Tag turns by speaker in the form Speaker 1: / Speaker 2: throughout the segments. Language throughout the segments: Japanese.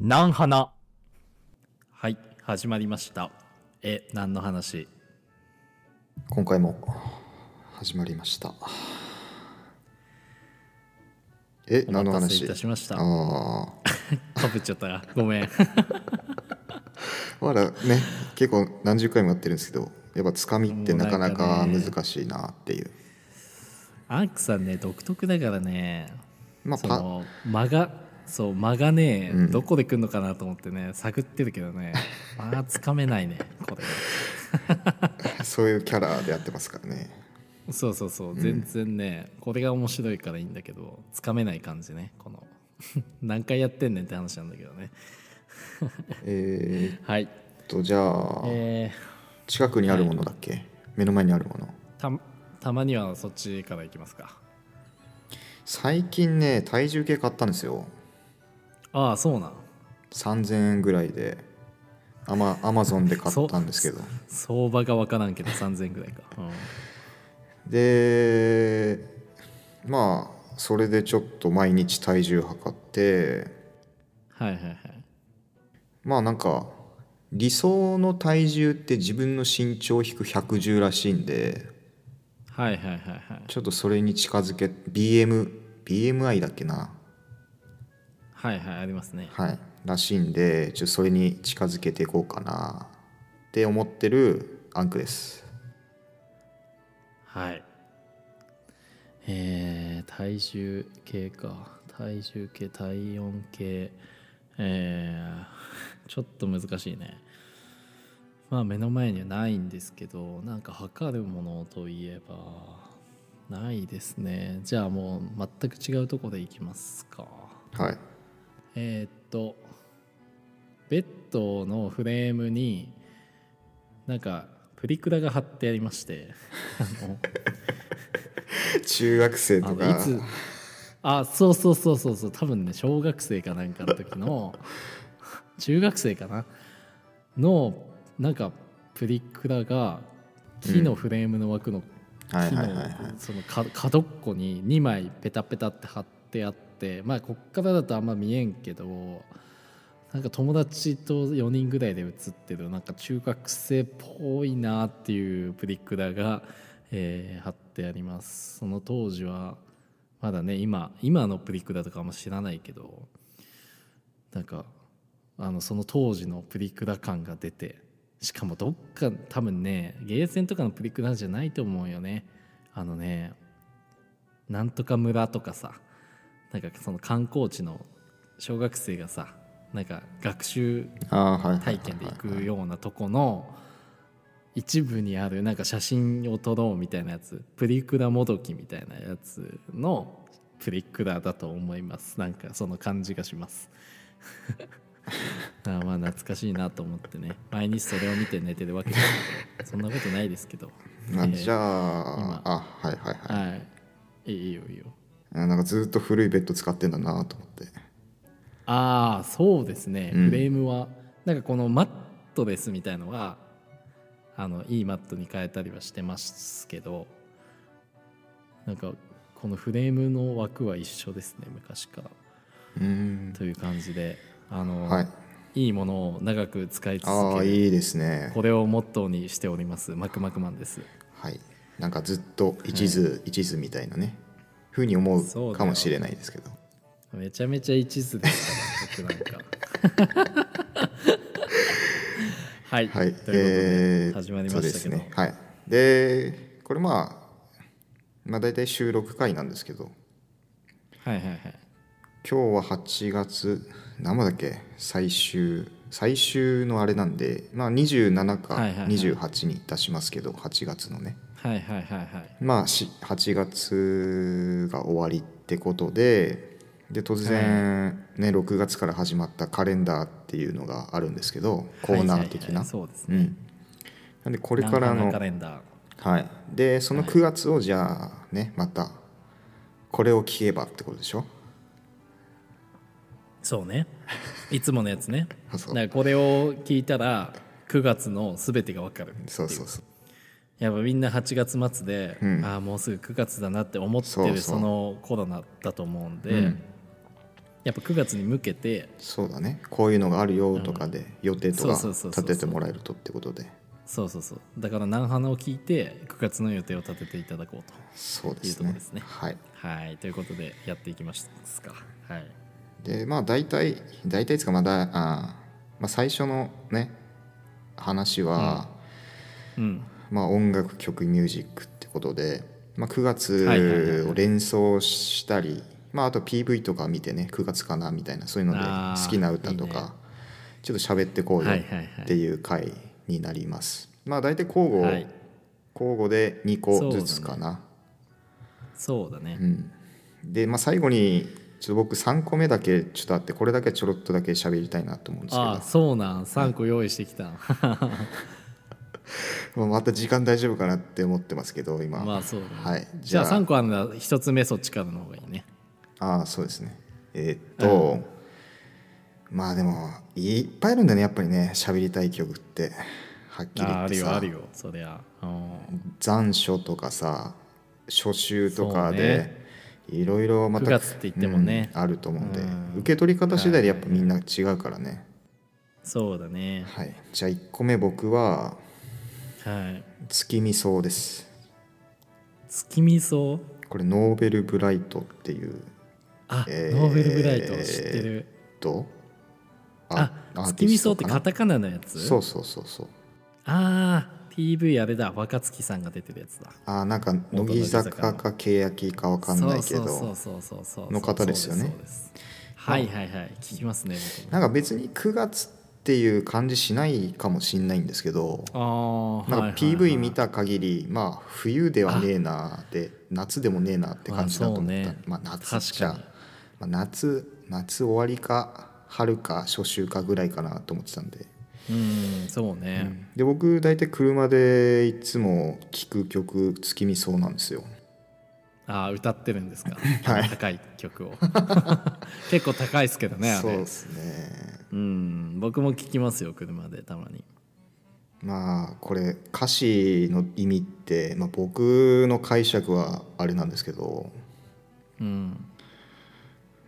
Speaker 1: なんはな。
Speaker 2: はい始まりましたえ何の話
Speaker 3: 今回も始まりましたえ
Speaker 2: お
Speaker 3: 何の
Speaker 2: 待たせい
Speaker 3: 話
Speaker 2: たしましたか
Speaker 3: あ
Speaker 2: ぶっちゃったごめ ん
Speaker 3: あまだね 結構何十回もやってるんですけどやっぱつかみってなかなか難しいなって いう
Speaker 2: アークさんね独特だからね、
Speaker 3: まあ
Speaker 2: そ
Speaker 3: パ
Speaker 2: の間がそう間がね、
Speaker 3: うん
Speaker 2: どこで来るのかなと思ってね探ってるけど ね間がつかめないねこれ
Speaker 3: そういうキャラでやってますからね
Speaker 2: そうそうそう全然ね、これが面白いからいいんだけどつかめない感じねこの 何回やってんねんって話なんだけどね
Speaker 3: えー、
Speaker 2: はい
Speaker 3: っとじゃあ
Speaker 2: え
Speaker 3: 近くにあるものだっけ目の前にあるもの
Speaker 2: ー、たたまにはそっちから行きますか
Speaker 3: 最近ね体重計買ったんですよ
Speaker 2: ああそうなん
Speaker 3: 3000円ぐらいでアマアマゾンで買ったんですけど
Speaker 2: 相場が分からんけど3000円ぐらいか、うん
Speaker 3: でまあそれでちょっと毎日体重測って
Speaker 2: はいはいはい
Speaker 3: まあなんか理想の体重って自分の身長引く110らしいんで
Speaker 2: はいはいはいはい
Speaker 3: ちょっとそれに近づけ BM BMI だっけな
Speaker 2: はいはいありますね
Speaker 3: はいらしいんでちょっとそれに近づけていこうかなって思ってるアンクです
Speaker 2: はいえー、体重計か体重計体温計えー、 ちょっと難しいねまあ目の前にはないんですけどなんか測るものといえばないですねじゃあもう全く違うとこでいきますか
Speaker 3: はい
Speaker 2: えーっとベッドのフレームになんかプリクラが貼ってありましてあの
Speaker 3: 中学生
Speaker 2: あ
Speaker 3: と
Speaker 2: の
Speaker 3: か
Speaker 2: いつあそうそうそうそうそう多分ね小学生かなんかの時の 中学生かなのなんかプリクラが木のフレームの枠の木
Speaker 3: はいはいはいはい
Speaker 2: のそのか角っこに2枚ペタペタって貼ってあってまあこっからだとあんま見えんけどなんか友達と4人ぐらいで写ってるなんか中学生っぽいなっていうプリクラが、えー貼ってありますその当時はまだね今今のプリクラとかあんま知らないけどなんかあのその当時のプリクラ感が出てしかもどっか多分ねゲーセンとかのプリクラじゃないと思うよねあのねなんとか村とかさなんかその観光地の小学生がさなんか学習
Speaker 3: あーはいはいはいはい
Speaker 2: 体験で行くようなとこの一部にあるなんか写真を撮ろうみたいなやつプリクラもどきみたいなやつのプリクラだと思いますなんかその感じがします あーまあ懐かしいなと思ってね毎日それを見て寝てるわけですけどそんなことないですけど
Speaker 3: まあ
Speaker 2: えー
Speaker 3: じゃ
Speaker 2: 今
Speaker 3: ああはいはいはい
Speaker 2: はいいいいいよいいよ
Speaker 3: あなんかずっと古いベッド使ってんだなと思って
Speaker 2: ああそうですね、
Speaker 3: うん
Speaker 2: フレームはなんかこのマットレスみたいのはあのいいマットに変えたりはしてますけどなんかこのフレームの枠は一緒ですね昔から
Speaker 3: うーん
Speaker 2: という感じであの、
Speaker 3: はい
Speaker 2: い、いものを長く使い
Speaker 3: あ
Speaker 2: 続
Speaker 3: あ
Speaker 2: ける
Speaker 3: いいですね
Speaker 2: これをモットーにしておりますマクマクマンです
Speaker 3: はいなんかずっと一途、一途みたいなねふうに思
Speaker 2: そうだよ
Speaker 3: うかもしれないですけど
Speaker 2: めちゃめちゃ一途ですから僕なんか はい、
Speaker 3: はい
Speaker 2: という
Speaker 3: えー
Speaker 2: ことで始まりましたけ
Speaker 3: そう
Speaker 2: ど、
Speaker 3: ですねはいでこれまあまあ大体収録回なんですけど
Speaker 2: はいはいはい
Speaker 3: 今日は8月何話だっけ最終最終のあれなんで、まあ、27か
Speaker 2: はいはいはい
Speaker 3: 28に出しますけど、8月のね
Speaker 2: はいはいはいはい
Speaker 3: まあ、し8月が終わりってことでで突然、ね6月から始まったカレンダーっていうのがあるんですけどコーナー的
Speaker 2: はいはいは
Speaker 3: ない
Speaker 2: そうです
Speaker 3: う
Speaker 2: ね、
Speaker 3: んなんでこれから
Speaker 2: なん
Speaker 3: の
Speaker 2: カレンダー
Speaker 3: はいでその9月をじゃあねまたこれを聞けばってことでしょ
Speaker 2: そう ねいつものやつね
Speaker 3: あ
Speaker 2: だ
Speaker 3: そう
Speaker 2: からこれを聞いたら9月の全てがわかる
Speaker 3: そうそうそう
Speaker 2: やっぱみんな8月末で、
Speaker 3: うん
Speaker 2: ああもうすぐ9月だなって思って
Speaker 3: そうそう
Speaker 2: るそのコロナだと思うんで
Speaker 3: うん
Speaker 2: やっぱ9月に向けて
Speaker 3: そうだねこういうのがあるよとかで予定と
Speaker 2: そう
Speaker 3: か
Speaker 2: そうそうそ
Speaker 3: 立
Speaker 2: う
Speaker 3: ててもらえるとってことで
Speaker 2: そうそうそうだから「南花」を聞いて9月の予定を立てていただこうと
Speaker 3: そうで
Speaker 2: いうと
Speaker 3: す
Speaker 2: こ
Speaker 3: ね
Speaker 2: ろですね
Speaker 3: はい
Speaker 2: はいということでやっていきますかはい
Speaker 3: でまあ大体大体ですかまだあー、まあ、最初のね話は、
Speaker 2: うん
Speaker 3: まあ、音楽曲ミュージックってことで、まあ、9
Speaker 2: はいはいはい
Speaker 3: 月
Speaker 2: はい
Speaker 3: を連想したり、まあ、あと PV とか見てね9月かなみたいなそういうので
Speaker 2: あー
Speaker 3: 好きな歌と
Speaker 2: いいね
Speaker 3: かちょっと喋ってこうよ
Speaker 2: はいはいはい
Speaker 3: っていう回になります、まあ大体交互、
Speaker 2: はい
Speaker 3: 交互で2個ずつかな
Speaker 2: そうだね、
Speaker 3: うんで、まあ、最後にちょっと僕3個目だけちょっとあってこれだけちょろっとだけ喋りたいなと思うんですけど
Speaker 2: ああそうなん3個用意してきた ん
Speaker 3: まあまた時間大丈夫かなって思ってますけど今、
Speaker 2: まあそうだね、
Speaker 3: はい
Speaker 2: じゃあ3個あるなら1つ目そっちからの方がいいね
Speaker 3: ああそうですねえーっと、まあでもいっぱいあるんだねやっぱりね喋りたい曲ってはっきり
Speaker 2: あああ
Speaker 3: 言って
Speaker 2: るよ
Speaker 3: さ
Speaker 2: あるよそりゃうん
Speaker 3: 残暑とかさ初秋とかで、いろいろまた
Speaker 2: 9月って言ってもね
Speaker 3: うんあると思うんで
Speaker 2: うん
Speaker 3: 受け取り方次第でやっぱみんな違うからね
Speaker 2: そうだね
Speaker 3: はい、じゃあ1個目僕は
Speaker 2: はい
Speaker 3: 月見草です
Speaker 2: 月見草
Speaker 3: これノーベルブライトっていう
Speaker 2: あ、
Speaker 3: えー
Speaker 2: ノーベルブライト知ってる
Speaker 3: と
Speaker 2: あ月見草ってカタカナのやつ
Speaker 3: そうそうそうそう
Speaker 2: ああ PV あれだ若槻さんが出てるやつだ
Speaker 3: あーなんか乃木坂か欅かわかんないけ
Speaker 2: そうそう
Speaker 3: ど
Speaker 2: そうそうそうそう
Speaker 3: の方ですよね
Speaker 2: そうですそうですはいはいはい聞きますね僕
Speaker 3: なんか別に9月っていう感じしないかもしんないんですけど
Speaker 2: もああ、
Speaker 3: なんか
Speaker 2: はいはいはい
Speaker 3: PV 見た限りまあ冬ではねえなーで夏でもねえなって感じだと思った、
Speaker 2: まあそうね
Speaker 3: まあ、夏じゃ、
Speaker 2: 確
Speaker 3: まあ、夏夏終わりか春か初秋かぐらいかなと思ってたんで
Speaker 2: うんそうね、
Speaker 3: で僕大体車でいつも聴く曲月見草なんですよ
Speaker 2: ああ歌ってるんですか、
Speaker 3: はい
Speaker 2: 高い曲を 結構高いですけどねあ
Speaker 3: そう
Speaker 2: れ
Speaker 3: ですね
Speaker 2: うん僕も聞きますよ車でたまに
Speaker 3: まあこれ歌詞の意味って、まあ、僕の解釈はあれなんですけど
Speaker 2: うん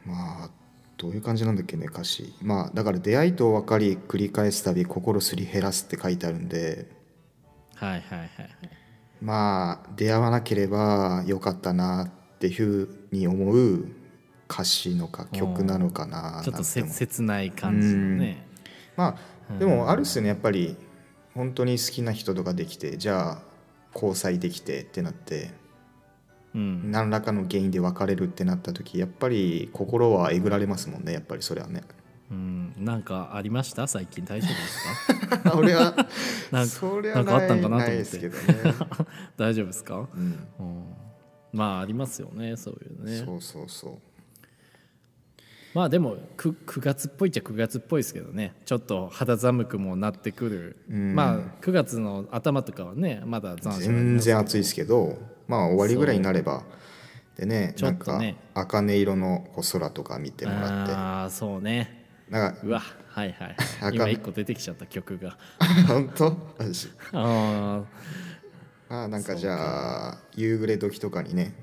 Speaker 3: まあどういう感じなんだっけね歌詞まあだから出会いと分かり繰り返すたび心すり減らすって書いてあるんで
Speaker 2: はいはいはいはい
Speaker 3: まあ出会わなければよかったなっていうふうに思う歌詞のか曲なのかななん
Speaker 2: ち
Speaker 3: て
Speaker 2: ょっ
Speaker 3: 思
Speaker 2: と
Speaker 3: う
Speaker 2: せ切ない感じのね
Speaker 3: まあでもあるっすよねやっぱり本当に好きな人とかできてじゃあ交際できてってなって
Speaker 2: うん
Speaker 3: 何らかの原因で別れるってなった時やっぱり心はえぐられますもんねやっぱりそれ はね
Speaker 2: うん、なんかありました最近大丈夫ですか
Speaker 3: 俺は
Speaker 2: なんか
Speaker 3: それ
Speaker 2: な
Speaker 3: は
Speaker 2: んかあ
Speaker 3: な
Speaker 2: ったん
Speaker 3: い
Speaker 2: かなと思っ
Speaker 3: な
Speaker 2: て
Speaker 3: いですけどね、
Speaker 2: 大丈夫ですか、
Speaker 3: うん
Speaker 2: うん、まあありますよねそういうね
Speaker 3: そうそうそう
Speaker 2: まあでも 9, 9月っぽいっちゃ9月っぽいですけどねちょっと肌寒くもなってくる、
Speaker 3: うん
Speaker 2: まあ9月の頭とかはねまだ残暑
Speaker 3: 全然暑いですけどまあ終わりぐらいになればでね
Speaker 2: ちょ
Speaker 3: なん
Speaker 2: っと
Speaker 3: か
Speaker 2: ね
Speaker 3: 茜色のこう空とか見てもらって
Speaker 2: ああそうね
Speaker 3: なんか
Speaker 2: うわはいはい
Speaker 3: あかん
Speaker 2: 今1個出てきちゃった曲が
Speaker 3: 本当マジ
Speaker 2: あ
Speaker 3: あーなんかじゃあ夕暮れ時とかにね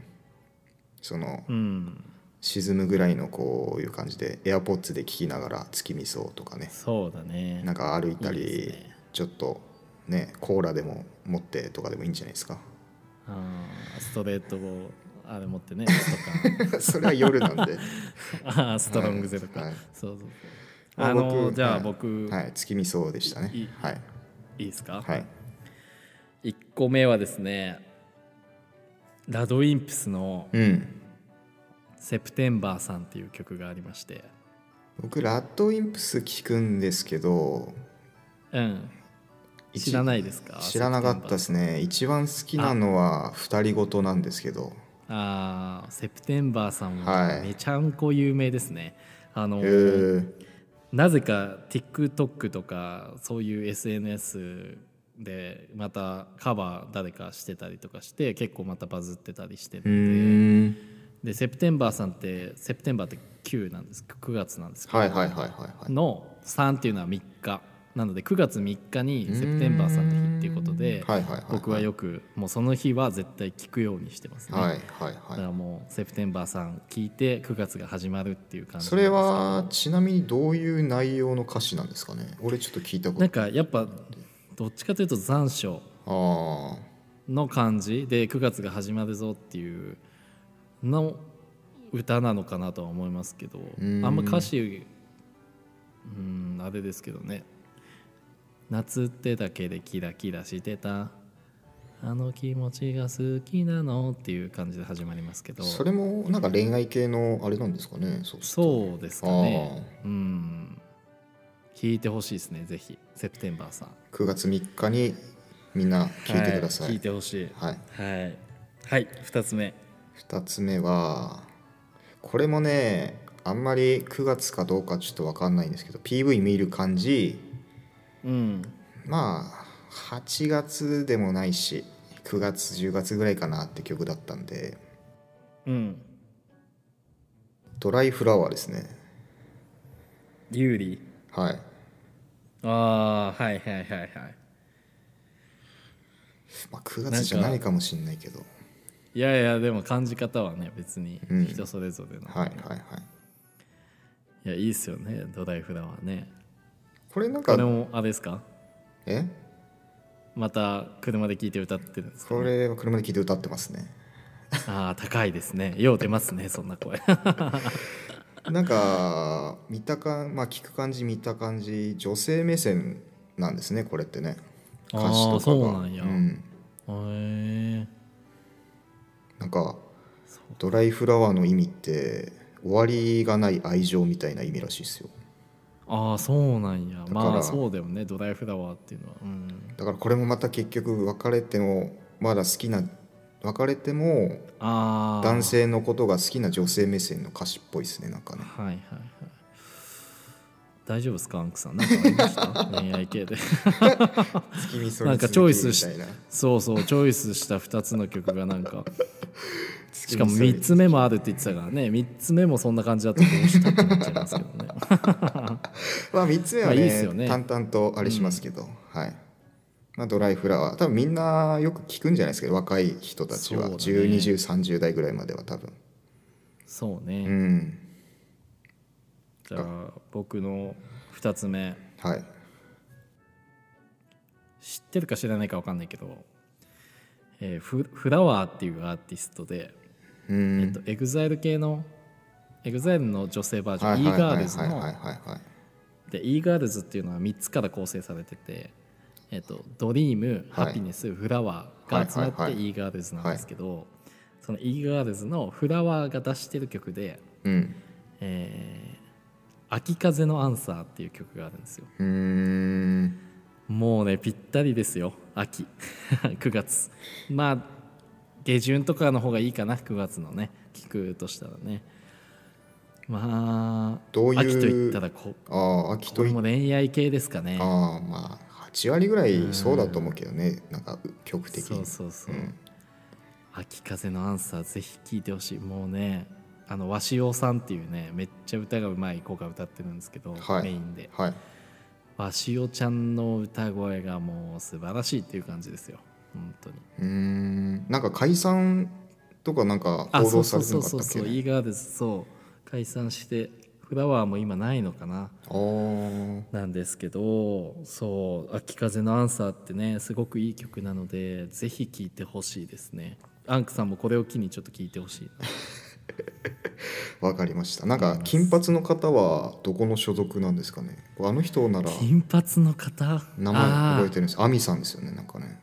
Speaker 3: その
Speaker 2: ーうん
Speaker 3: 沈むぐらいのこういう感じでエアポッツで聴きながら月見草とかね
Speaker 2: そうだね
Speaker 3: なんか歩いたり
Speaker 2: いいですね
Speaker 3: ちょっとねコーラでも持ってとかでもいいんじゃないですか
Speaker 2: あーストレートをあれ持って ねとか
Speaker 3: それは夜なんで
Speaker 2: ああストロングゼロか、
Speaker 3: はい
Speaker 2: そうそう
Speaker 3: ま
Speaker 2: あの
Speaker 3: 僕
Speaker 2: じゃ
Speaker 3: は
Speaker 2: あ
Speaker 3: い
Speaker 2: 僕、
Speaker 3: はい月見草でしたね
Speaker 2: いい
Speaker 3: はい
Speaker 2: い、いですか、
Speaker 3: はい
Speaker 2: 1個目はですねラドウィンプスの
Speaker 3: うん
Speaker 2: 「セプテンバーさん」っていう曲がありまして
Speaker 3: 僕ラッドインプス聞くんですけど
Speaker 2: うん
Speaker 3: 一
Speaker 2: 知らないですか
Speaker 3: 知らなかったですね一番好きなのは二人ごとなんですけど
Speaker 2: ああセプテンバーさん
Speaker 3: は
Speaker 2: はいめちゃんこ有名ですね、あの
Speaker 3: へー
Speaker 2: なぜか TikTok とかそういう SNS でまたカバー誰かしてたりとかして結構またバズってたりして
Speaker 3: う
Speaker 2: て、
Speaker 3: ーん
Speaker 2: でセプテンバーさんってセプテンバーって9なんです9月なんですけど、
Speaker 3: はいはいはいはいはい
Speaker 2: の3っていうのは3日なので9月3日にセプテンバーさんの日っていうことで、
Speaker 3: はいはいはいはい
Speaker 2: 僕はよくもうその日は絶対聞くようにしてますね、
Speaker 3: はいはい
Speaker 2: だか
Speaker 3: は
Speaker 2: らもうセプテンバーさん聞いて9月が始まるっていう感
Speaker 3: い
Speaker 2: じ
Speaker 3: それはちなみにどういう内容の歌詞なんですかね俺ちょっと聞いたこ
Speaker 2: なん
Speaker 3: と
Speaker 2: かやっぱどっちかというと残暑
Speaker 3: あ
Speaker 2: の感じで9月が始まるぞっていうの歌なのかなとは思いますけどあ
Speaker 3: ん
Speaker 2: んま歌詞うんあれですけどね「夏ってだけでキラキラしてた」あの気持ちが好きなのっていう感じで始まりますけ
Speaker 3: あ
Speaker 2: ど
Speaker 3: それもなんか恋愛系のあれなんですかねそう
Speaker 2: そうですかね
Speaker 3: あ
Speaker 2: うん聞いてほしいですねぜひセプテンバーさん
Speaker 3: 9月3日にみんな聞いてくださ
Speaker 2: は聞い
Speaker 3: い
Speaker 2: てほしい
Speaker 3: はい
Speaker 2: はい、はい、2つ目
Speaker 3: 2つ目はこれもねあんまり9月かどうかちょっと分かんないんですけど PV 見る感じ
Speaker 2: うん
Speaker 3: まあ8月でもないし9月10月ぐらいかなって曲だったんで
Speaker 2: うん
Speaker 3: 「ドライフラワー」ですね
Speaker 2: 有利
Speaker 3: はい
Speaker 2: ああはいはいはいはい
Speaker 3: まあ、9月じゃないかもしんないけど
Speaker 2: いやいやでも感じ方はね別に
Speaker 3: うん
Speaker 2: 人それぞれの、
Speaker 3: はい
Speaker 2: い、
Speaker 3: はいはい
Speaker 2: やいいっすよねドライフラワーね
Speaker 3: これなん
Speaker 2: これ
Speaker 3: か
Speaker 2: もあれですか
Speaker 3: え
Speaker 2: また車で聴いて歌ってるんですか、
Speaker 3: こ
Speaker 2: ね、
Speaker 3: れは車で聴いて歌ってますね
Speaker 2: ああ高いですねよう出ますねそんな声
Speaker 3: なんか見たかまあ聞く感じ見た感じ女性目線なんですねこれってね
Speaker 2: あ
Speaker 3: 歌詞とかが
Speaker 2: ーそうなんや
Speaker 3: うん
Speaker 2: へえ
Speaker 3: なんかドライフラワーの意味って終わりがない愛情みたいな意味らしいですよ
Speaker 2: ああそうなんや
Speaker 3: から
Speaker 2: まあそうだよねドライフラワーっていうのはうん
Speaker 3: だからこれもまた結局別れてもまだ好きな別れても
Speaker 2: ああ
Speaker 3: 男性のことが好きな女性目線の歌詞っぽいですねなんかね
Speaker 2: はいはいはい大丈夫ですかアンクさんなんかありました 恋愛系で
Speaker 3: 月見そ
Speaker 2: なんかチョイスし
Speaker 3: みたいな
Speaker 2: そうそうチョイスした2つの曲がなんかし
Speaker 3: し
Speaker 2: かも3つ目もあるって言ってたからね3つ目もそんな感じだとどうしたって思っちゃいますけどね
Speaker 3: まあ3つ目は
Speaker 2: まあ
Speaker 3: ね,、
Speaker 2: いいっすよね
Speaker 3: 淡々とあれしますけど、はいまあ、ドライフラワー多分みんなよく聞くんじゃないですか若い人たちは、
Speaker 2: そうだね
Speaker 3: 102030代ぐらいまでは多分
Speaker 2: そう
Speaker 3: う
Speaker 2: ね
Speaker 3: ん
Speaker 2: じゃあ僕の2つ目
Speaker 3: はい
Speaker 2: 知ってるか知らないか分かんないけど、えーフフラワーっていうアーティストで
Speaker 3: うん、
Speaker 2: えっとエグザイル系のエグザイルの女性バージョ
Speaker 3: はい
Speaker 2: ン e
Speaker 3: はいはいはい
Speaker 2: ガー
Speaker 3: はい
Speaker 2: ルズの
Speaker 3: はい
Speaker 2: で e ガールズっていうのは3つから構成されてて、えっとドリーム、
Speaker 3: はい
Speaker 2: ハピネスフラワーが集ま
Speaker 3: は
Speaker 2: っ
Speaker 3: い
Speaker 2: て
Speaker 3: はいはい
Speaker 2: e ガールズなんですけど、その e ガールズのフラワーが出してる曲で
Speaker 3: うん
Speaker 2: 「えー秋風のアンサー」っていう曲があるんですよ
Speaker 3: うーん
Speaker 2: もうねぴったりですよ秋 9月まあ下旬とかの方がいいかな9月のね聞くとしたらねまあ
Speaker 3: どういう
Speaker 2: 秋といったらこ
Speaker 3: ああ秋
Speaker 2: ことれ
Speaker 3: い
Speaker 2: も恋愛系ですかね
Speaker 3: ああまあ8割ぐらいそうだと思うけどねなんか曲的
Speaker 2: そ
Speaker 3: に
Speaker 2: うそうそう、
Speaker 3: ん
Speaker 2: 秋風のアンサーぜひ聞いてほしいもうねあの鷲尾さんっていうねめっちゃ歌がうまい子が歌ってるんですけど、
Speaker 3: はい
Speaker 2: メインで
Speaker 3: はい
Speaker 2: 鷲尾ちゃんの歌声がもう素晴らしいっていう感じですよ本当に
Speaker 3: うーんなんか解散とかなんか
Speaker 2: あ
Speaker 3: 報
Speaker 2: そうそ
Speaker 3: 道さ
Speaker 2: うそう
Speaker 3: れてなかっ
Speaker 2: そう
Speaker 3: たっけ
Speaker 2: そう e ガールズそう解散してフラワーも今ないのかな
Speaker 3: あー
Speaker 2: なんですけどそう「秋風のアンサー」ってねすごくいい曲なのでぜひ聴いてほしいですねアンクさんもこれを機にちょっと聴いてほしい
Speaker 3: わかりましたなんか金髪の方はどこの所属なんですかねあの人なら
Speaker 2: 金髪の方
Speaker 3: 名前覚えてるんですアミさんですよねなんかね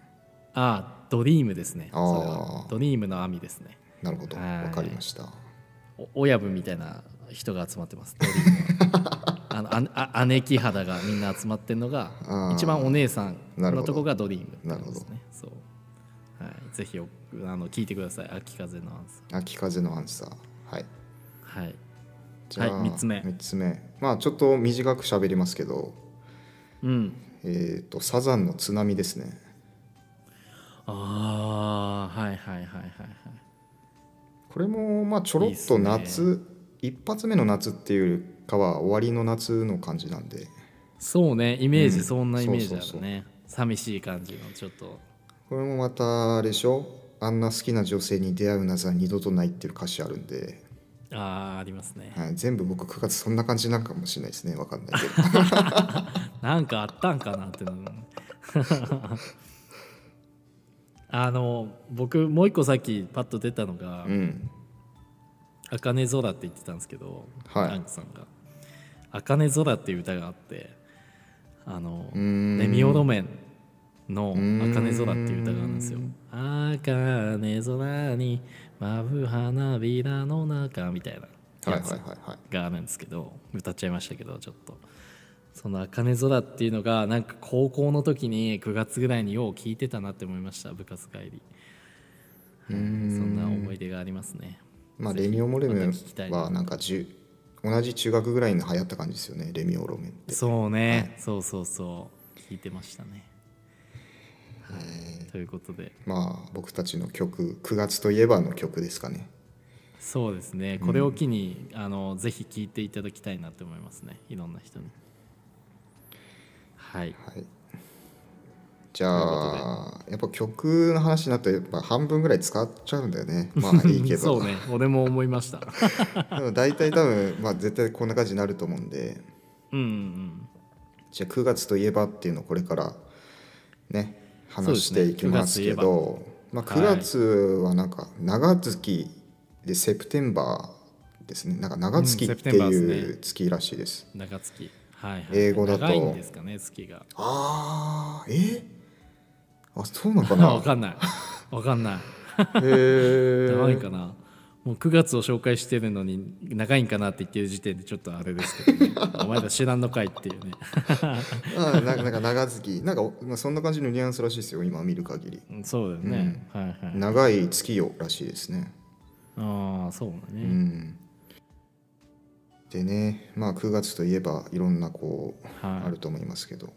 Speaker 2: あーあードリームですね
Speaker 3: あー
Speaker 2: それはドリームの網ですね
Speaker 3: なるほど
Speaker 2: はい
Speaker 3: わかりました
Speaker 2: お親分みたいな人が集まってます ドリームはあのああ姉貴肌がみんな集まってるのが
Speaker 3: あー
Speaker 2: 一番お姉さん
Speaker 3: なるほ
Speaker 2: の
Speaker 3: ど
Speaker 2: とこがドリームって
Speaker 3: な
Speaker 2: こ
Speaker 3: る
Speaker 2: と
Speaker 3: ほ
Speaker 2: で
Speaker 3: ど
Speaker 2: すねそう、はい、ぜひおあの聞いてください秋風のアンサ
Speaker 3: 秋風のアンサーはい
Speaker 2: ーはい
Speaker 3: じゃあ、
Speaker 2: はい三つ目
Speaker 3: 3つ目まあちょっと短く喋りますけど
Speaker 2: うん
Speaker 3: えっ、とサザンの津波ですね
Speaker 2: ああはいはいはいはいはい
Speaker 3: これもまあちょろっと夏一発目の夏っていうよりかは終わりの夏の感じなんで
Speaker 2: そうねイメージ、
Speaker 3: うん
Speaker 2: そんなイメージあるね
Speaker 3: そうそうそ
Speaker 2: 寂しい感じのちょっと
Speaker 3: これもまたあれでしょあんな好きな女性に出会うなざ二度とないっていう歌詞あるんで、
Speaker 2: あーありますね
Speaker 3: はい、全部僕9月そんな感じなんかもしれないですねわかんないけ ど
Speaker 2: なんかあったんかなってのもあの僕もう一個さっきパッと出たのが
Speaker 3: うん
Speaker 2: 「茜空」って言ってたんですけど、
Speaker 3: はい
Speaker 2: ダンクさんが「茜空」っていう歌があってあの
Speaker 3: うーん
Speaker 2: レミオロメンの「茜空」っていう歌があるんですよ
Speaker 3: う
Speaker 2: 「茜空に舞う花びらの中」みたいな
Speaker 3: はいは
Speaker 2: や
Speaker 3: い
Speaker 2: つ
Speaker 3: はいはい
Speaker 2: があるんですけど歌っちゃいましたけどちょっとその「茜空」っていうのがなんか高校の時に9月ぐらいによう聞いてたなって思いました部活帰り
Speaker 3: うー
Speaker 2: そ
Speaker 3: ん
Speaker 2: んな思い出がありますね
Speaker 3: まあレミオモレメ
Speaker 2: また
Speaker 3: ン
Speaker 2: 聞きたい
Speaker 3: はなんか10同じ中学ぐらいの流行った感じですよねレミオロメンって
Speaker 2: そうね、そうそうそう聞いてましたねはいということで
Speaker 3: まあ僕たちの曲9月といえばの曲ですかね
Speaker 2: そうですねこれを機に、あのぜひ聞いていただきたいなと思いますねいろんな人にはい
Speaker 3: はいじゃあやっぱ曲の話になったらやっぱ半分ぐらい使っちゃうんだよねまあいいけど
Speaker 2: そうね俺も思いました
Speaker 3: でも大体多分、まあ、絶対こんな感じになると思うんで
Speaker 2: うんうん
Speaker 3: じゃあ9月といえばっていうのをこれからね
Speaker 2: そうで
Speaker 3: 話し
Speaker 2: すね
Speaker 3: ていきますけどまあ、
Speaker 2: はい
Speaker 3: 9月はなんか長月でセプテンバーですねなんか長月
Speaker 2: うんセ
Speaker 3: っ
Speaker 2: プ
Speaker 3: て
Speaker 2: テンバーですね
Speaker 3: いう月らしいです,、
Speaker 2: うん長月はいはい
Speaker 3: 英語だと
Speaker 2: 長いんですかね月が
Speaker 3: ああえあそうなのかな
Speaker 2: わ かんないわかんない
Speaker 3: へえ
Speaker 2: 長いかなもう9月を紹介してるのに長いんかなって言ってる時点でちょっとあれですけど、 ね、お前ら知らんのかいっていうね
Speaker 3: あーなんかなんか長月なんか、まあ、そんな感じのニュアンスらしいですよ今見る限り
Speaker 2: うんそうだよね、はいはい
Speaker 3: 長い月よらしいですね
Speaker 2: ああそうだ
Speaker 3: う
Speaker 2: ね、
Speaker 3: んでねまあ9月といえばいろんなこう
Speaker 2: はい
Speaker 3: あると思いますけど、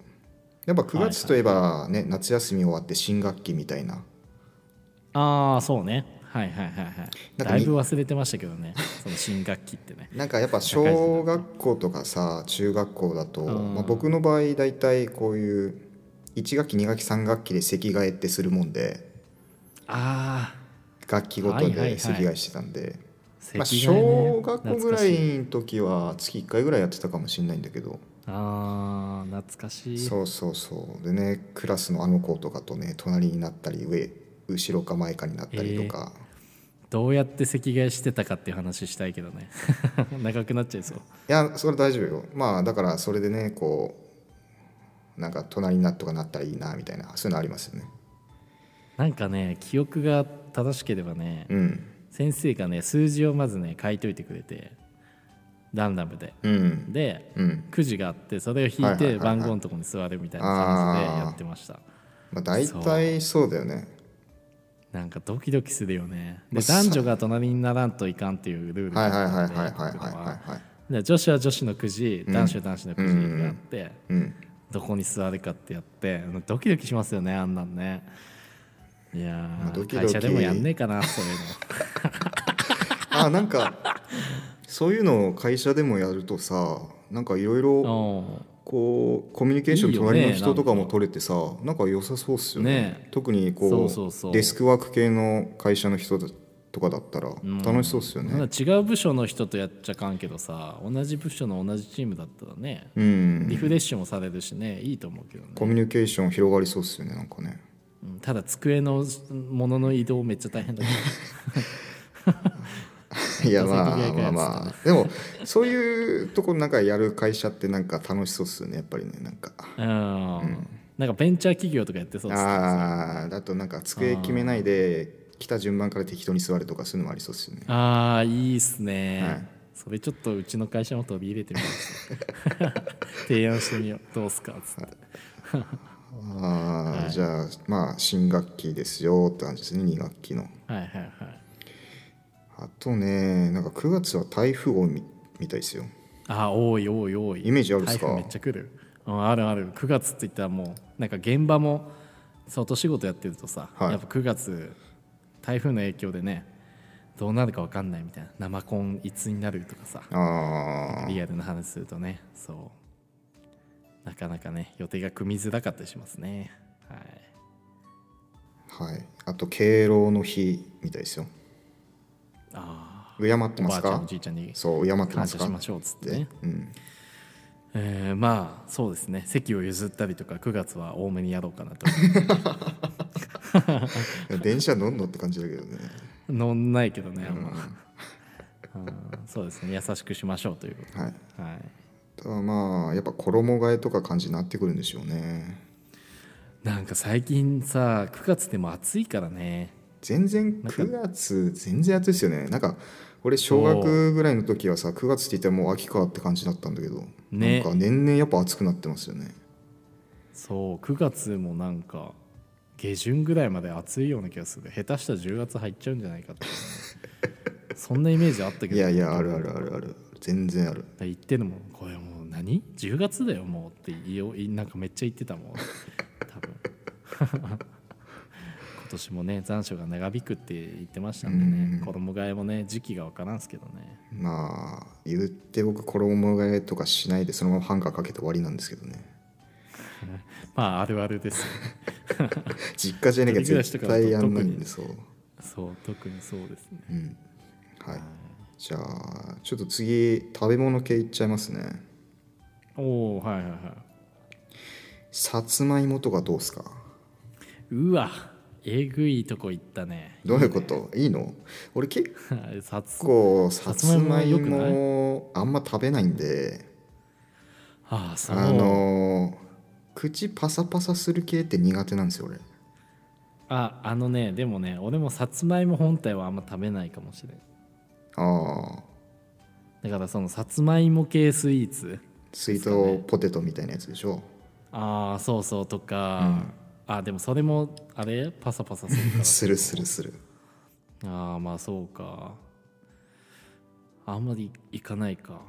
Speaker 3: やっぱ9月といえばね、夏休み終わって新学期みたいな
Speaker 2: ああそうねはいはいはいはい
Speaker 3: なんか
Speaker 2: だいぶ忘れてましたけどねその新学期ってね
Speaker 3: なんかやっ ぱ小学校とかさ中学校だと、
Speaker 2: うん
Speaker 3: まあ、僕の場合大体こういう1学期2学期3学期で席替えってするもんで
Speaker 2: ああ
Speaker 3: 楽器ご
Speaker 2: は
Speaker 3: と
Speaker 2: いはいは
Speaker 3: で
Speaker 2: い
Speaker 3: 席替えしてたんで、まあ、
Speaker 2: 席替えね
Speaker 3: 小学校ぐ
Speaker 2: 懐からし
Speaker 3: いの時は月1回ぐらいやってたかもしれないんだけど
Speaker 2: ああ懐かしい
Speaker 3: そうそうそうでねクラスのあの子とかとね隣になったり上後ろか前かになったりとか、
Speaker 2: どうやって席替えしてたかっていう話したいけどね 長くなっちゃいそう
Speaker 3: いやそれ大丈夫よまあだからそれでねこうなんか隣になっとかなったらいいなみたいなそういうのありますよね
Speaker 2: なんかね記憶が正しければね、
Speaker 3: うん
Speaker 2: 先生がね数字をまずね書いといてくれてランダムで
Speaker 3: うん
Speaker 2: で
Speaker 3: うん
Speaker 2: くじがあってそれを
Speaker 3: は
Speaker 2: 引
Speaker 3: い
Speaker 2: い
Speaker 3: はいはい
Speaker 2: て
Speaker 3: はい
Speaker 2: 番号のとこに座るみたいな感じでやってました、
Speaker 3: まあ大体そうだよね
Speaker 2: なんかドキドキするよね
Speaker 3: ま
Speaker 2: で
Speaker 3: あ
Speaker 2: 男女が隣にならんといかんっていうルール
Speaker 3: はいはいはい
Speaker 2: だ
Speaker 3: は
Speaker 2: っ
Speaker 3: いは
Speaker 2: た
Speaker 3: い
Speaker 2: んで
Speaker 3: はいはいはい
Speaker 2: で女子は女子のくじ
Speaker 3: うん
Speaker 2: 男子は男子のくじがあって、
Speaker 3: うん
Speaker 2: どこに座るかってやってドキドキしますよねあんなんねいやー、
Speaker 3: まあドキドキ
Speaker 2: 会社でもやんねえかなそういうの
Speaker 3: あなんかそういうのを会社でもやるとさなんかいろいろ
Speaker 2: お
Speaker 3: こうコミュニケーション
Speaker 2: いいよね
Speaker 3: 隣の人とかも取れてさなんか良さそうっすよね
Speaker 2: ね
Speaker 3: 特にこう
Speaker 2: そうそうそう
Speaker 3: デスクワーク系の会社の人とかだったら
Speaker 2: ん
Speaker 3: 楽しそうっすよ
Speaker 2: ーま
Speaker 3: ね
Speaker 2: だ違う部署の人とやっちゃかんけどさ同じ部署の同じチームだったらね
Speaker 3: うん
Speaker 2: リフレッシュもされるしねいいと思うけどね、
Speaker 3: コミュニケーション広がりそうっすよねなん かね
Speaker 2: うんただ机のものの移動めっちゃ大変だけど
Speaker 3: いやま
Speaker 2: 座
Speaker 3: あ
Speaker 2: 席がい
Speaker 3: まあ
Speaker 2: か
Speaker 3: まあでもそういうとこなんかやる会社ってなんか楽しそうっすよねやっぱりねなんか
Speaker 2: うん、なんかベンチャー企業とかやってそうですね
Speaker 3: ああだとなんか机決めないで来た順番から適当に座るとかそういうのもありそうっすよね
Speaker 2: ああいいっすね、
Speaker 3: はい
Speaker 2: それちょっとうちの会社も飛び入れてみます 提案してみようどうすかっつって
Speaker 3: ああ、
Speaker 2: はい
Speaker 3: じゃあまあ新学期ですよって感じですね2学期の
Speaker 2: はいはいはい
Speaker 3: あとねなんか9月は台風多いみみたいですよ
Speaker 2: ああ多い多い多い
Speaker 3: イメージあるっすか
Speaker 2: 台風めっちゃ来る、うん、あるある9月って言ったらもうなんか現場も外仕事やってるとさ、
Speaker 3: はい
Speaker 2: やっぱ9月台風の影響でねどうなるか分かんないみたいな生コンいつになるとかさ
Speaker 3: ああ
Speaker 2: リアルな話するとねそうなかなかね予定が組みづらかったりしますねはい
Speaker 3: はい、あと敬老の日みたいですよ
Speaker 2: あ
Speaker 3: 敬って
Speaker 2: あお
Speaker 3: ま
Speaker 2: ばあ
Speaker 3: す
Speaker 2: ちゃんお
Speaker 3: か
Speaker 2: じいちゃんに
Speaker 3: そう敬ってま
Speaker 2: 感
Speaker 3: す
Speaker 2: 謝
Speaker 3: か
Speaker 2: しましょうっつってね
Speaker 3: うん、
Speaker 2: えーまあそうですね席を譲ったりとか9月は多めにやろうかなと
Speaker 3: 電車乗んのって感じだけどね
Speaker 2: 乗んないけどねあんま、うんそうですね優しくしましょうという
Speaker 3: はい
Speaker 2: はい
Speaker 3: ただまあやっぱ衣替えとか感じになってくるんでしょうね
Speaker 2: なんか最近さ9月でも暑いからね
Speaker 3: 全然
Speaker 2: なんか
Speaker 3: 9月全然暑いですよねなんか俺小学ぐらいの時はさ9月って言ったらもう秋かって感じだったんだけど、
Speaker 2: ね
Speaker 3: なんか年々やっぱ暑くなってますよね
Speaker 2: そう9月もなんか下旬ぐらいまで暑いような気がする下手したら10月入っちゃうんじゃないかって いうねそんなイメージあったけど
Speaker 3: いやいやあるあるあるある全然ある
Speaker 2: 言ってるもんこれもう何 ?10 月だよもうって言おういなんかめっちゃ言って たもん多分 今年もね残暑が長引くって言ってましたんで
Speaker 3: う
Speaker 2: ね
Speaker 3: ん
Speaker 2: 衣替えもね時期が分からんすけどね
Speaker 3: まあ言って僕衣替えとかしないでそのままハンガーかけて終わりなんですけどね
Speaker 2: まああるあるですよね
Speaker 3: 実家じゃねえか
Speaker 2: 一人暮らしと
Speaker 3: 絶
Speaker 2: かだと
Speaker 3: 対やんないんでそう、
Speaker 2: そう特にそうですね
Speaker 3: うん、はいじゃあちょっと次食べ物系いっちゃいますね
Speaker 2: おおはいはいはい
Speaker 3: さつまいもとかどうですか
Speaker 2: うわえぐいとこ行ったね
Speaker 3: どういうこといいの俺結
Speaker 2: さつ
Speaker 3: 構さつま
Speaker 2: さ
Speaker 3: い
Speaker 2: つまいも良くな
Speaker 3: もあんま食べないんで
Speaker 2: ああそう
Speaker 3: あの口パサパサする系って苦手なんですよ俺
Speaker 2: ああのねでもね俺もさつまいも本体はあんま食べないかもしれん
Speaker 3: ああ
Speaker 2: だからそのさつまいも系スイーツ
Speaker 3: スイートポテトみたいなやつでしょ
Speaker 2: ああそうそうとか、あでもそれもあれパサパサするか ら
Speaker 3: するするする
Speaker 2: ああまあそうかあんまりいかないか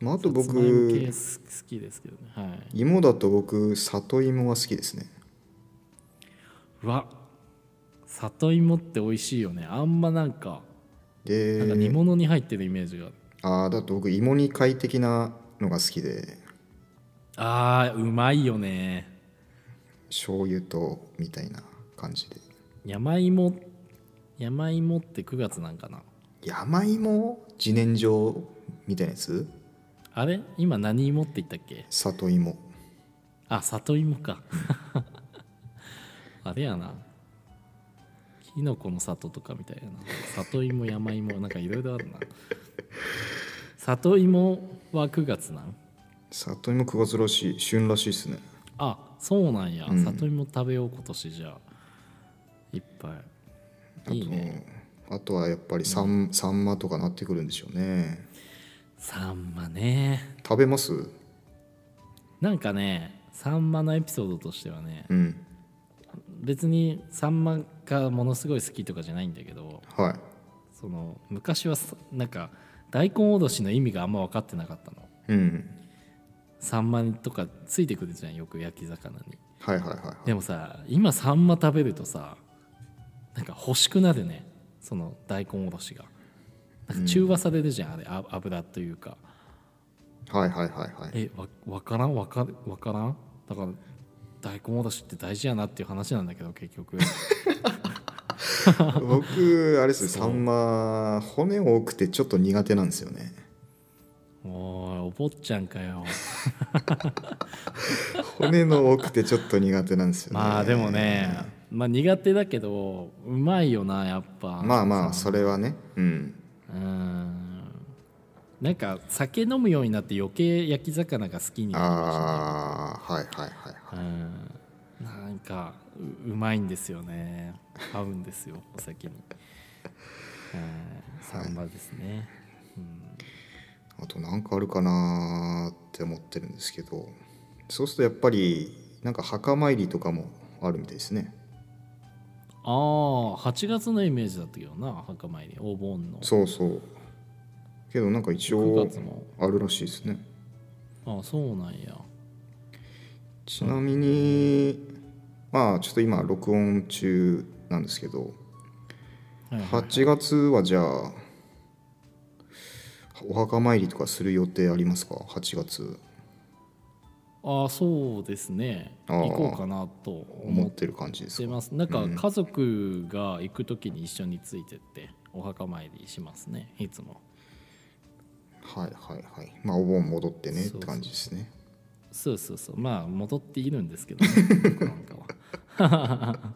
Speaker 3: まああと
Speaker 2: さつまいも系
Speaker 3: 僕
Speaker 2: す好きですけどねはい
Speaker 3: 芋だと僕里芋は好きですね
Speaker 2: うわ里芋って美味しいよねあんまなんか
Speaker 3: で
Speaker 2: なんか煮物に入ってるイメージがある、
Speaker 3: ああだと僕芋煮会的なのが好きで
Speaker 2: あーうまいよね
Speaker 3: 醤油とみたいな感じで
Speaker 2: 山芋山芋って9月なんかな
Speaker 3: 山芋自然薯みたいなやつ
Speaker 2: あれ今何芋って言ったっけ
Speaker 3: 里芋
Speaker 2: あ里芋か あれやなきのこの里とかみたいやな里芋山芋なんかいろいろあるな里芋は9月なん
Speaker 3: 里芋9月らしい旬らしいですね
Speaker 2: あそうなんや、
Speaker 3: うん
Speaker 2: 里芋食べよう今年じゃあいっぱ
Speaker 3: あと
Speaker 2: いいいね
Speaker 3: あとはやっぱりさん,、さんまとかなってくるんでしょうね
Speaker 2: サンマね
Speaker 3: 食べます
Speaker 2: なんかねサンマのエピソードとしてはね
Speaker 3: うん
Speaker 2: 別にサンマがものすごい好きとかじゃないんだけど
Speaker 3: はい
Speaker 2: その昔はさなんか大根おろしの意味があんま分かってなかったの
Speaker 3: うん
Speaker 2: サンマとかついてくるじゃんよく焼き魚に
Speaker 3: はいはいはいはい
Speaker 2: でもさ今サンマ食べるとさなんか欲しくなるねその大根おろしがなんか中和されるじゃん、あれあ油というか
Speaker 3: はいはいはいはい
Speaker 2: えわ分からん分かるわからんだから大根おろしって大事やなっていう話なんだけど結局
Speaker 3: 僕あれですねさんま骨多くてちょっと苦手なんですよね
Speaker 2: おいお坊ちゃんかよ
Speaker 3: 骨の多くてちょっと苦手なんですよね
Speaker 2: まあでもね、まあ、苦手だけどうまいよなやっぱ
Speaker 3: まあまあ
Speaker 2: さ
Speaker 3: それはねうん
Speaker 2: うんなんか酒飲むようになって余計焼き魚が好きになりま
Speaker 3: ああはいはいはい
Speaker 2: したうんなんかううまいんですよね合うんですよお酒にうんサンマですね、
Speaker 3: あとなんかあるかなーって思ってるんですけどそうするとやっぱりなんか墓参りとかもあるみたいですね
Speaker 2: ああ8月のイメージだったけどな墓参りお盆の
Speaker 3: そうそうけどなんか一
Speaker 2: 9
Speaker 3: 応
Speaker 2: 月も
Speaker 3: あるらしいですね
Speaker 2: ああそうなんや
Speaker 3: ちなみにまあちょっと今録音中なんですけど
Speaker 2: はいはい
Speaker 3: 8月はじゃあお墓参りとかする予定ありますか8月
Speaker 2: ああそうですね
Speaker 3: あー
Speaker 2: 行こうかなと
Speaker 3: 思
Speaker 2: 思
Speaker 3: っ
Speaker 2: って
Speaker 3: る感じです
Speaker 2: て
Speaker 3: か
Speaker 2: ますなんか
Speaker 3: うん
Speaker 2: 家族が行く時に一緒についてってお墓参りしますねいつも
Speaker 3: はいはいはいまあお盆戻ってねっ
Speaker 2: そう
Speaker 3: て感じですね
Speaker 2: そうそうそうまあ戻っているんですけど、 ね、僕なんかは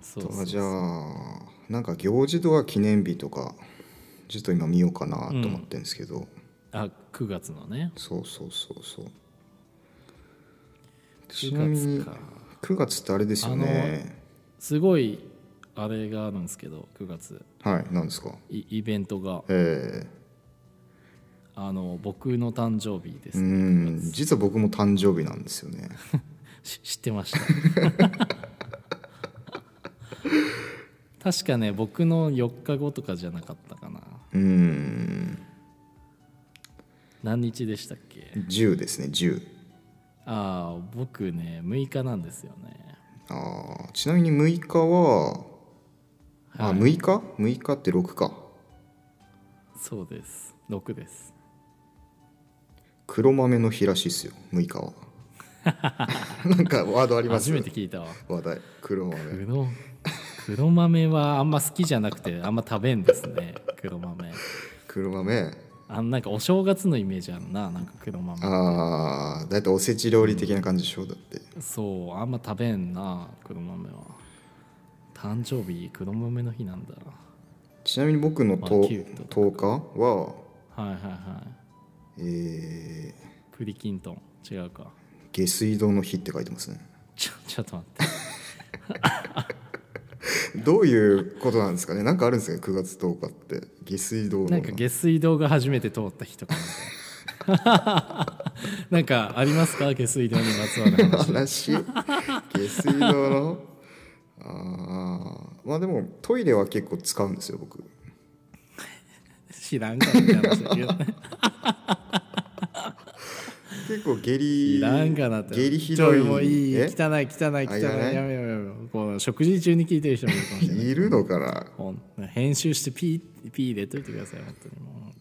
Speaker 2: そうそうそう
Speaker 3: あじゃあなんか行事とか記念日とかちょっと今見ようかなと思ってるんですけど、
Speaker 2: あ9月のね
Speaker 3: そうそうそうそうちなみ
Speaker 2: 9
Speaker 3: に
Speaker 2: 月か
Speaker 3: 9月ってあれですよね
Speaker 2: すごいあれがあるんですけど9月
Speaker 3: はい何ですか
Speaker 2: イイベントが
Speaker 3: え
Speaker 2: あの僕の誕生日で
Speaker 3: え
Speaker 2: す、
Speaker 3: うん実は僕も誕生日なんですよ ね
Speaker 2: し知ってました 確かね僕の4日後とかじゃなかったかな
Speaker 3: うん
Speaker 2: 何日でしたっけ
Speaker 3: 10ですね10
Speaker 2: ああ僕ね6日なんですよね
Speaker 3: あーちなみに6日は、あ6日 ?6 日って6か
Speaker 2: そうです6です
Speaker 3: 黒豆の日らしいっすよ6日 はなんかワードあります
Speaker 2: 初めて聞いたわ
Speaker 3: 話題黒豆
Speaker 2: 黒黒豆はあんま好きじゃなくてあんま食べんですね黒豆
Speaker 3: 黒豆
Speaker 2: あなんかお正月のイメージあるななんか黒豆
Speaker 3: ああだいたいおせち料理的な感じでしょだって
Speaker 2: そうあんま食べんな黒豆は誕生日黒豆の日なんだ
Speaker 3: ちなみに僕の
Speaker 2: まあ
Speaker 3: と
Speaker 2: キュート
Speaker 3: 10日は
Speaker 2: はいはいはい
Speaker 3: えー
Speaker 2: プリキントン違うか
Speaker 3: 下水道の日って書いてますね
Speaker 2: ちょちょっと待って
Speaker 3: どういうことなんですかねなんかあるんですかね9月10日って下水道の
Speaker 2: なんか下水道が初めて通った日とか みたいななんかありますか下水道にまつわる話
Speaker 3: 話下水道のあーまあでもトイレは結構使うんですよ僕
Speaker 2: 知らんかなって話だけどね
Speaker 3: 結構下痢
Speaker 2: いらんかなって。
Speaker 3: 下痢ひどい
Speaker 2: ちょもういい。汚い
Speaker 3: え
Speaker 2: 汚い汚い。
Speaker 3: あ
Speaker 2: や
Speaker 3: いらない
Speaker 2: めやめやめこう食事中に聞いてる人もいるか もしれない
Speaker 3: いるのかな
Speaker 2: ほん。編集してピーピー入れといてください本当にもう本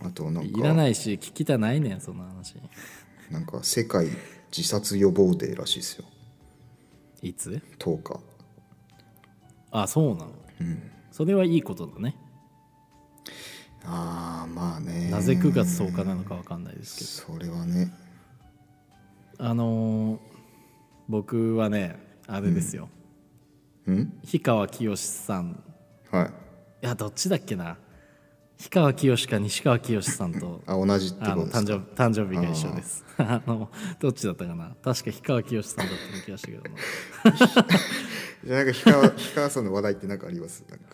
Speaker 3: あとな
Speaker 2: 当
Speaker 3: ん
Speaker 2: い
Speaker 3: から
Speaker 2: ないし聞きたないねんそんな話。
Speaker 3: なんか世界自殺予防デーらしいですよ
Speaker 2: いつ？
Speaker 3: 10日
Speaker 2: あそうなの。それはいいことだね。
Speaker 3: ああまあね
Speaker 2: なぜ9月10日なのかわかんないですけど。
Speaker 3: それはね
Speaker 2: あのー僕はねあれですよ。
Speaker 3: うん
Speaker 2: 氷川きよしさん
Speaker 3: はい
Speaker 2: いやどっちだっけな。氷川きよしか西川きよしさん と
Speaker 3: あ同じってこ
Speaker 2: あ
Speaker 3: と
Speaker 2: の誕
Speaker 3: ですか
Speaker 2: 生誕生日が一緒です。 あのどっちだったかな確か氷川きよしさんだった気がしたけどな
Speaker 3: じゃあなんか氷川 氷川さんの話題って何かありますなんか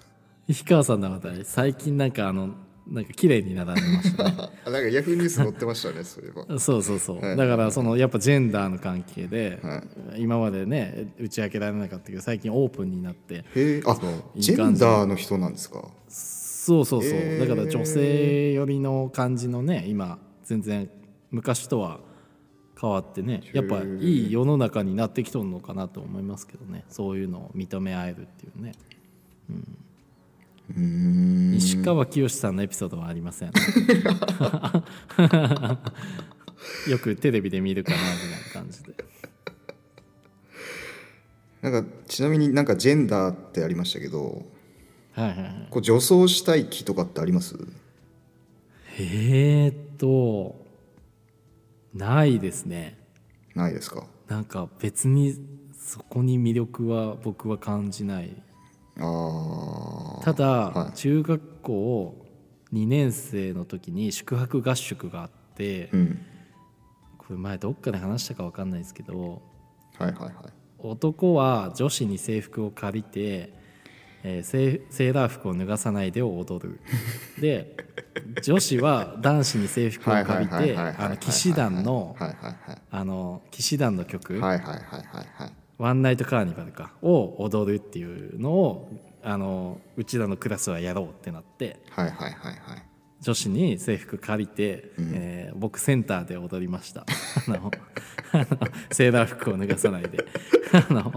Speaker 2: 氷川さんの話題最近なんかあのなんか綺麗に並んでました ね。
Speaker 3: あ なんかヤフーニュース載ってましたねそういえば
Speaker 2: そうそうそう、だからそのやっぱジェンダーの関係で、
Speaker 3: は
Speaker 2: 今までね打ち明けられなかったけど最近オープンになって
Speaker 3: へえあ
Speaker 2: う
Speaker 3: ジェンダーの人なんですか
Speaker 2: そうそうそう、
Speaker 3: へー
Speaker 2: だから女性寄りの感じのね今全然昔とは変わってねやっぱいい世の中になってきとるのかなと思いますけどねそういうのを認め合えるっていうね
Speaker 3: うーん
Speaker 2: 西川きよしさんのエピソードはありません よくテレビで見るかなみたいな感じで
Speaker 3: なんかちなみになんかジェンダーってありましたけど
Speaker 2: はいはいはい
Speaker 3: こう女装したい気とかってあります
Speaker 2: えー、っとないですね
Speaker 3: ないですか
Speaker 2: なんか別にそこに魅力は僕は感じない
Speaker 3: ああ
Speaker 2: ただ、
Speaker 3: はい
Speaker 2: 中学校2年生の時に宿泊合宿があって、
Speaker 3: うん
Speaker 2: これ前どっかで話したか分かんないですけど
Speaker 3: はいはいはい
Speaker 2: 男は女子に制服を借りて、えーセーセーラー服を脱がさないでを踊るで女子は男子に制服を
Speaker 3: はいは
Speaker 2: 借
Speaker 3: い
Speaker 2: り
Speaker 3: は
Speaker 2: て
Speaker 3: いはいはい
Speaker 2: あの騎士団の
Speaker 3: はいはい
Speaker 2: あの騎士団の曲、
Speaker 3: はいはいはいはいはいはい
Speaker 2: ワンナイトカーニバルかを踊るっていうのをあのうちらのクラスはやろうってなって
Speaker 3: はいはいはいはい
Speaker 2: 女子に制服借りて、えー僕センターで踊りました あのあのセーラー服を脱がさないで あの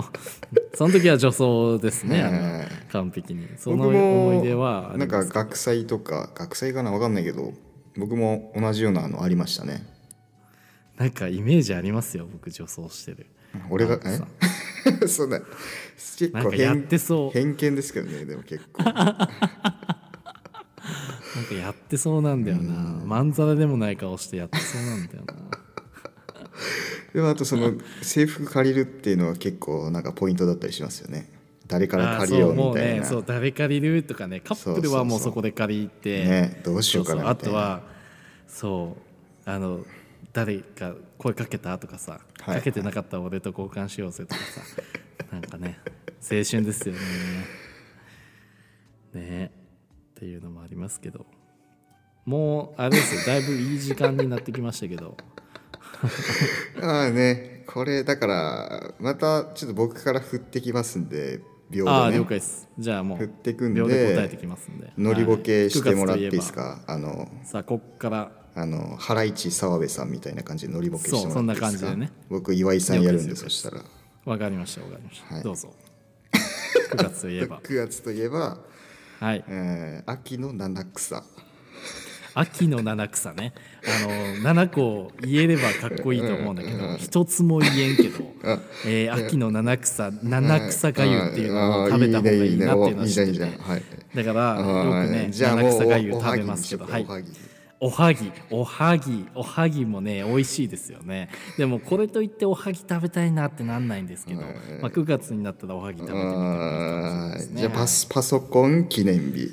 Speaker 2: その時は女装ですねあの
Speaker 3: ねえ
Speaker 2: 完璧にそ
Speaker 3: 僕
Speaker 2: の
Speaker 3: も
Speaker 2: 思い出はあ
Speaker 3: な
Speaker 2: り
Speaker 3: ん
Speaker 2: ま
Speaker 3: か
Speaker 2: す
Speaker 3: 学祭とか学祭かなわかんないけど僕も同じようなのありましたね
Speaker 2: なんかイメージありますよ僕女装してる
Speaker 3: 俺が
Speaker 2: あのさ
Speaker 3: え そんな結
Speaker 2: なん
Speaker 3: 構
Speaker 2: かやっ
Speaker 3: 偏
Speaker 2: てそう
Speaker 3: 偏見ですけどねでも結構
Speaker 2: なんかやってそうなんだよなまんざらでもない顔してやってそうなんだよな
Speaker 3: でもあとその制服借りるっていうのは結構なんかポイントだったりしますよね誰から
Speaker 2: あー
Speaker 3: 借
Speaker 2: そ
Speaker 3: りよ
Speaker 2: う
Speaker 3: う
Speaker 2: も
Speaker 3: み
Speaker 2: う
Speaker 3: たい
Speaker 2: ね
Speaker 3: な
Speaker 2: そう誰借りるとかねカップルはもう
Speaker 3: そうそうそう
Speaker 2: そこで借りて
Speaker 3: ねどうしようかな
Speaker 2: そそあ
Speaker 3: みたい
Speaker 2: と
Speaker 3: な
Speaker 2: はそうあの誰か声かけたとかさ、
Speaker 3: はい
Speaker 2: かけてなかったら俺と交換しようぜとか さなんかね青春ですよねねっていうのもありますけどもうあれですよだいぶいい時間になってきましたけ ど
Speaker 3: ああねこれだからまたちょっと僕から振ってきますんで秒
Speaker 2: ああ
Speaker 3: で
Speaker 2: 了
Speaker 3: ね
Speaker 2: 解ですじゃあも
Speaker 3: 振っ
Speaker 2: う
Speaker 3: てくんで
Speaker 2: 秒で答えてきますんで
Speaker 3: 乗りボケしてもらっていい
Speaker 2: はい
Speaker 3: で
Speaker 2: 九
Speaker 3: す
Speaker 2: 月とえ
Speaker 3: か、あの
Speaker 2: ばさあこっから
Speaker 3: あのハライチ澤部さんみたいな感じで乗りボケしてもらってい
Speaker 2: そう
Speaker 3: いですか
Speaker 2: そんな感じでね
Speaker 3: 僕岩井さんやるん
Speaker 2: 了
Speaker 3: で
Speaker 2: 解
Speaker 3: そ
Speaker 2: で
Speaker 3: し
Speaker 2: す
Speaker 3: たら
Speaker 2: わかりましたわかりました、
Speaker 3: はい
Speaker 2: どうぞ9月とい えば
Speaker 3: 9月といえば、
Speaker 2: はい
Speaker 3: えー秋の七草
Speaker 2: 秋の七草ねあの7個言えればかっこいいと思うんだけど一つも言えんけど、えー秋の七草七草かゆっていうのを食べた方がいいなっていうのは知って
Speaker 3: いいねいいねい
Speaker 2: て
Speaker 3: いねおいいじゃんいいじゃんはい
Speaker 2: だからよくね
Speaker 3: じゃあ
Speaker 2: 七
Speaker 3: もう
Speaker 2: 草
Speaker 3: お
Speaker 2: がゆ
Speaker 3: お
Speaker 2: 食
Speaker 3: は
Speaker 2: べ
Speaker 3: ぎ
Speaker 2: ま
Speaker 3: に
Speaker 2: す
Speaker 3: し
Speaker 2: け
Speaker 3: よ
Speaker 2: ど
Speaker 3: う
Speaker 2: はい
Speaker 3: おはぎ
Speaker 2: おはぎおはぎおはぎもね美味しいですよねでもこれといっておはぎ食べたいなってなんないんですけど、まあ、9月になったらおはぎ食べてみてもらいたいです
Speaker 3: あー
Speaker 2: ね
Speaker 3: じゃあパスパソコン記念日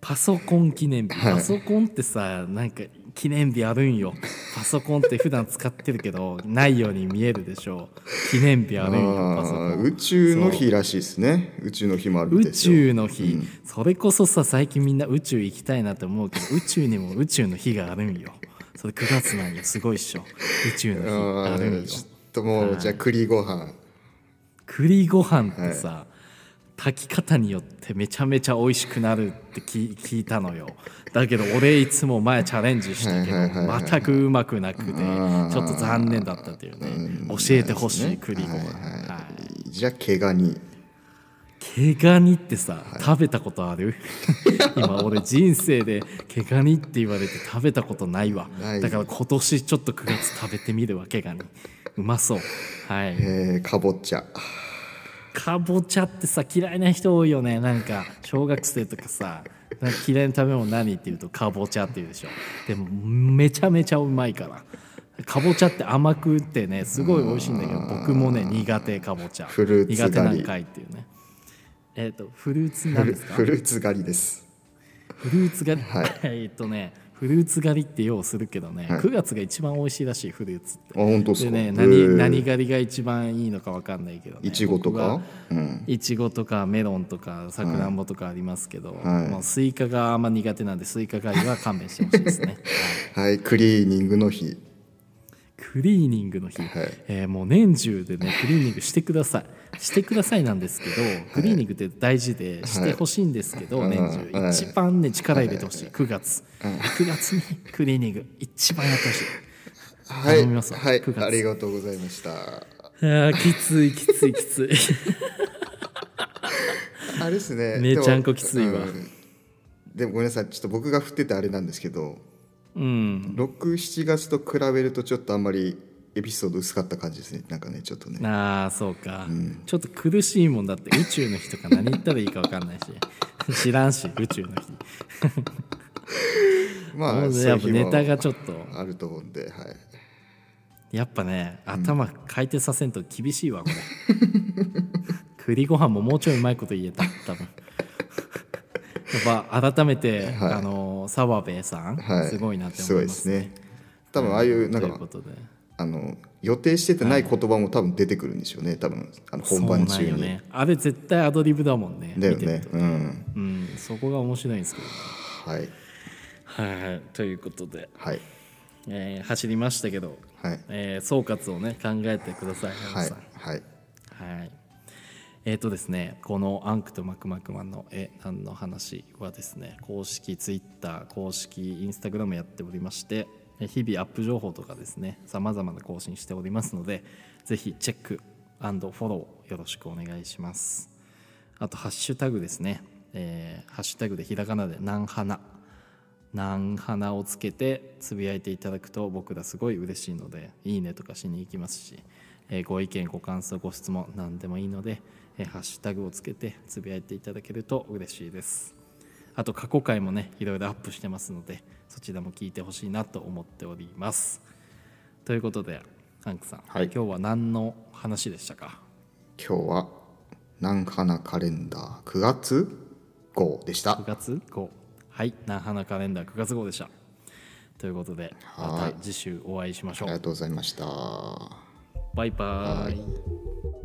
Speaker 2: パソコン記念日、パソコンってさなんか記念日あるんよパソコンって普段使ってるけどないように見えるでしょう記念日あるんよパソコ
Speaker 3: あー
Speaker 2: ン
Speaker 3: 宇宙の日らしいですね宇宙の日もあるん
Speaker 2: 宇
Speaker 3: ですよ
Speaker 2: 宙の日、それこそさ最近みんな宇宙行きたいなって思うけど宇宙にも宇宙の日があるんよそれ9月なんよすごいっしょ宇宙の
Speaker 3: あ
Speaker 2: 日あるん
Speaker 3: ー
Speaker 2: よ
Speaker 3: ちょっともうじゃあ栗ご飯
Speaker 2: 栗ご飯ってさ、炊き方によってめちゃめちゃ美味しくなるって聞い聞いたのよだけど俺いつも前チャレンジしたけ
Speaker 3: はいはいはいは
Speaker 2: ど全くうまくなくてち
Speaker 3: ー
Speaker 2: ょっと残念だったっていうね教えてほしい栗ご飯、はい
Speaker 3: じゃあ毛ガニ
Speaker 2: 毛ガニってさ、食べたことある今俺人生で毛ガニって言われて食べたことないわ
Speaker 3: ない
Speaker 2: だから今年ちょっと9月食べてみるわ毛ガニうまそうはい
Speaker 3: えー、かぼちゃ
Speaker 2: かぼちゃってさ嫌いな人多いよねなんか小学生とかさなんか嫌いな食べ物何って言うとかぼちゃって言うでしょでもめちゃめちゃうまいからかぼちゃって甘くってねすごい美味しいんだけど僕もね苦手かぼちゃ
Speaker 3: フルーツ
Speaker 2: 苦手な
Speaker 3: 狩
Speaker 2: ん
Speaker 3: り
Speaker 2: かいっていうねえっ、とフルーツな
Speaker 3: フ
Speaker 2: ん
Speaker 3: ル
Speaker 2: ですか
Speaker 3: フルーツ狩りです
Speaker 2: フルーツ狩り、
Speaker 3: はい
Speaker 2: えっとねフルーツ狩りってようするけどね、
Speaker 3: はい
Speaker 2: 9月が一番美味しいらしいフルーツって
Speaker 3: あ本当です
Speaker 2: で
Speaker 3: か
Speaker 2: ね
Speaker 3: へ
Speaker 2: 何
Speaker 3: ー
Speaker 2: 何狩りが一番いいのか分かんないけどね
Speaker 3: いちごと
Speaker 2: 僕は
Speaker 3: かうん
Speaker 2: いちごとかメロンとかさくらんぼとかありますけど、
Speaker 3: はい
Speaker 2: もうスイカがあんま苦手なんでスイカ狩りは勘弁してほしいです ねはい
Speaker 3: はいクリーニングの日
Speaker 2: クリーニングの日、
Speaker 3: はい
Speaker 2: えーもう年中でねクリーニングしてくださいしてくださいなんですけど、クリーニングって大事でしてほしいんですけど、
Speaker 3: はい
Speaker 2: 年中、
Speaker 3: はい
Speaker 2: 一番ね力入れてほしい、9月、9月にクリーニング一番やってほしい
Speaker 3: はい
Speaker 2: 頼みますわ
Speaker 3: はい
Speaker 2: 9月
Speaker 3: ありがとうございました
Speaker 2: あーきついきついきつい
Speaker 3: あれですね
Speaker 2: め
Speaker 3: でも
Speaker 2: ちゃんこきついわ
Speaker 3: んでもごめんなさいちょっと僕が振っててあれなんですけど
Speaker 2: うん
Speaker 3: 67月と比べるとちょっとあんまりエピソード薄かった感じですねなんかねちょっとね
Speaker 2: ああそうか、ちょっと苦しいもんだって宇宙の日とか何言ったらいいか分かんないし 知らんし宇宙の日
Speaker 3: ま
Speaker 2: も
Speaker 3: あ
Speaker 2: う
Speaker 3: そ
Speaker 2: ね
Speaker 3: うい
Speaker 2: や
Speaker 3: う
Speaker 2: っぱ
Speaker 3: 日も
Speaker 2: ネタがちょっと
Speaker 3: あると思うんではい
Speaker 2: やっぱね頭回転させんと厳しいわこれ 栗ご飯ももうちょいうまいこと言えた多分やっぱ改めて、
Speaker 3: はい
Speaker 2: あの澤部さん、
Speaker 3: はい
Speaker 2: すごいなって
Speaker 3: す
Speaker 2: 思
Speaker 3: ご
Speaker 2: い
Speaker 3: い
Speaker 2: ま
Speaker 3: です
Speaker 2: すね
Speaker 3: ね多分ああいうなん
Speaker 2: と
Speaker 3: か、
Speaker 2: いうことで
Speaker 3: あの予定しててない言葉も多分出てくるんでしょうね多分あの本番
Speaker 2: そう
Speaker 3: 中
Speaker 2: なんよ
Speaker 3: に、
Speaker 2: ねあれ絶対アドリブだもんね
Speaker 3: だよ
Speaker 2: 見てる
Speaker 3: ね
Speaker 2: と
Speaker 3: うん
Speaker 2: うんそこが面白いんですけどね
Speaker 3: はい
Speaker 2: はいはいということで
Speaker 3: はい
Speaker 2: えー走りましたけど、
Speaker 3: はい
Speaker 2: えー総括をね考えてください
Speaker 3: はい
Speaker 2: 皆
Speaker 3: はい
Speaker 2: さんはいえっ、とですねこの「アンクとマクマクマンのえ何の話」はですね公式 Twitter 公式 Instagram やっておりましてえ日々アップ情報とかですねさまざまな更新しておりますのでぜひチェックフォローよろしくお願いしますあとハッシュタグですね、えーハッシュタグでひらがなで「なんはな」なん花をつけてつぶやいていただくと僕らすごい嬉しいのでいいねとかしに行きますし、えーご意見ご感想ご質問何でもいいので、えーハッシュタグをつけてつぶやいていただけると嬉しいですあと過去回もねいろいろアップしてますのでそちらも聞いてほしいなと思っておりますということでハンクさん、
Speaker 3: はい
Speaker 2: 今日は何の話でしたか
Speaker 3: 今日は「南花カレンダー9月号」でした
Speaker 2: 9月号はい「南花カレンダー」9月号でしたということでま
Speaker 3: は
Speaker 2: た
Speaker 3: い
Speaker 2: 次週お会いしまし
Speaker 3: あ
Speaker 2: ょ
Speaker 3: り
Speaker 2: う
Speaker 3: がとうございました。
Speaker 2: バイバーイ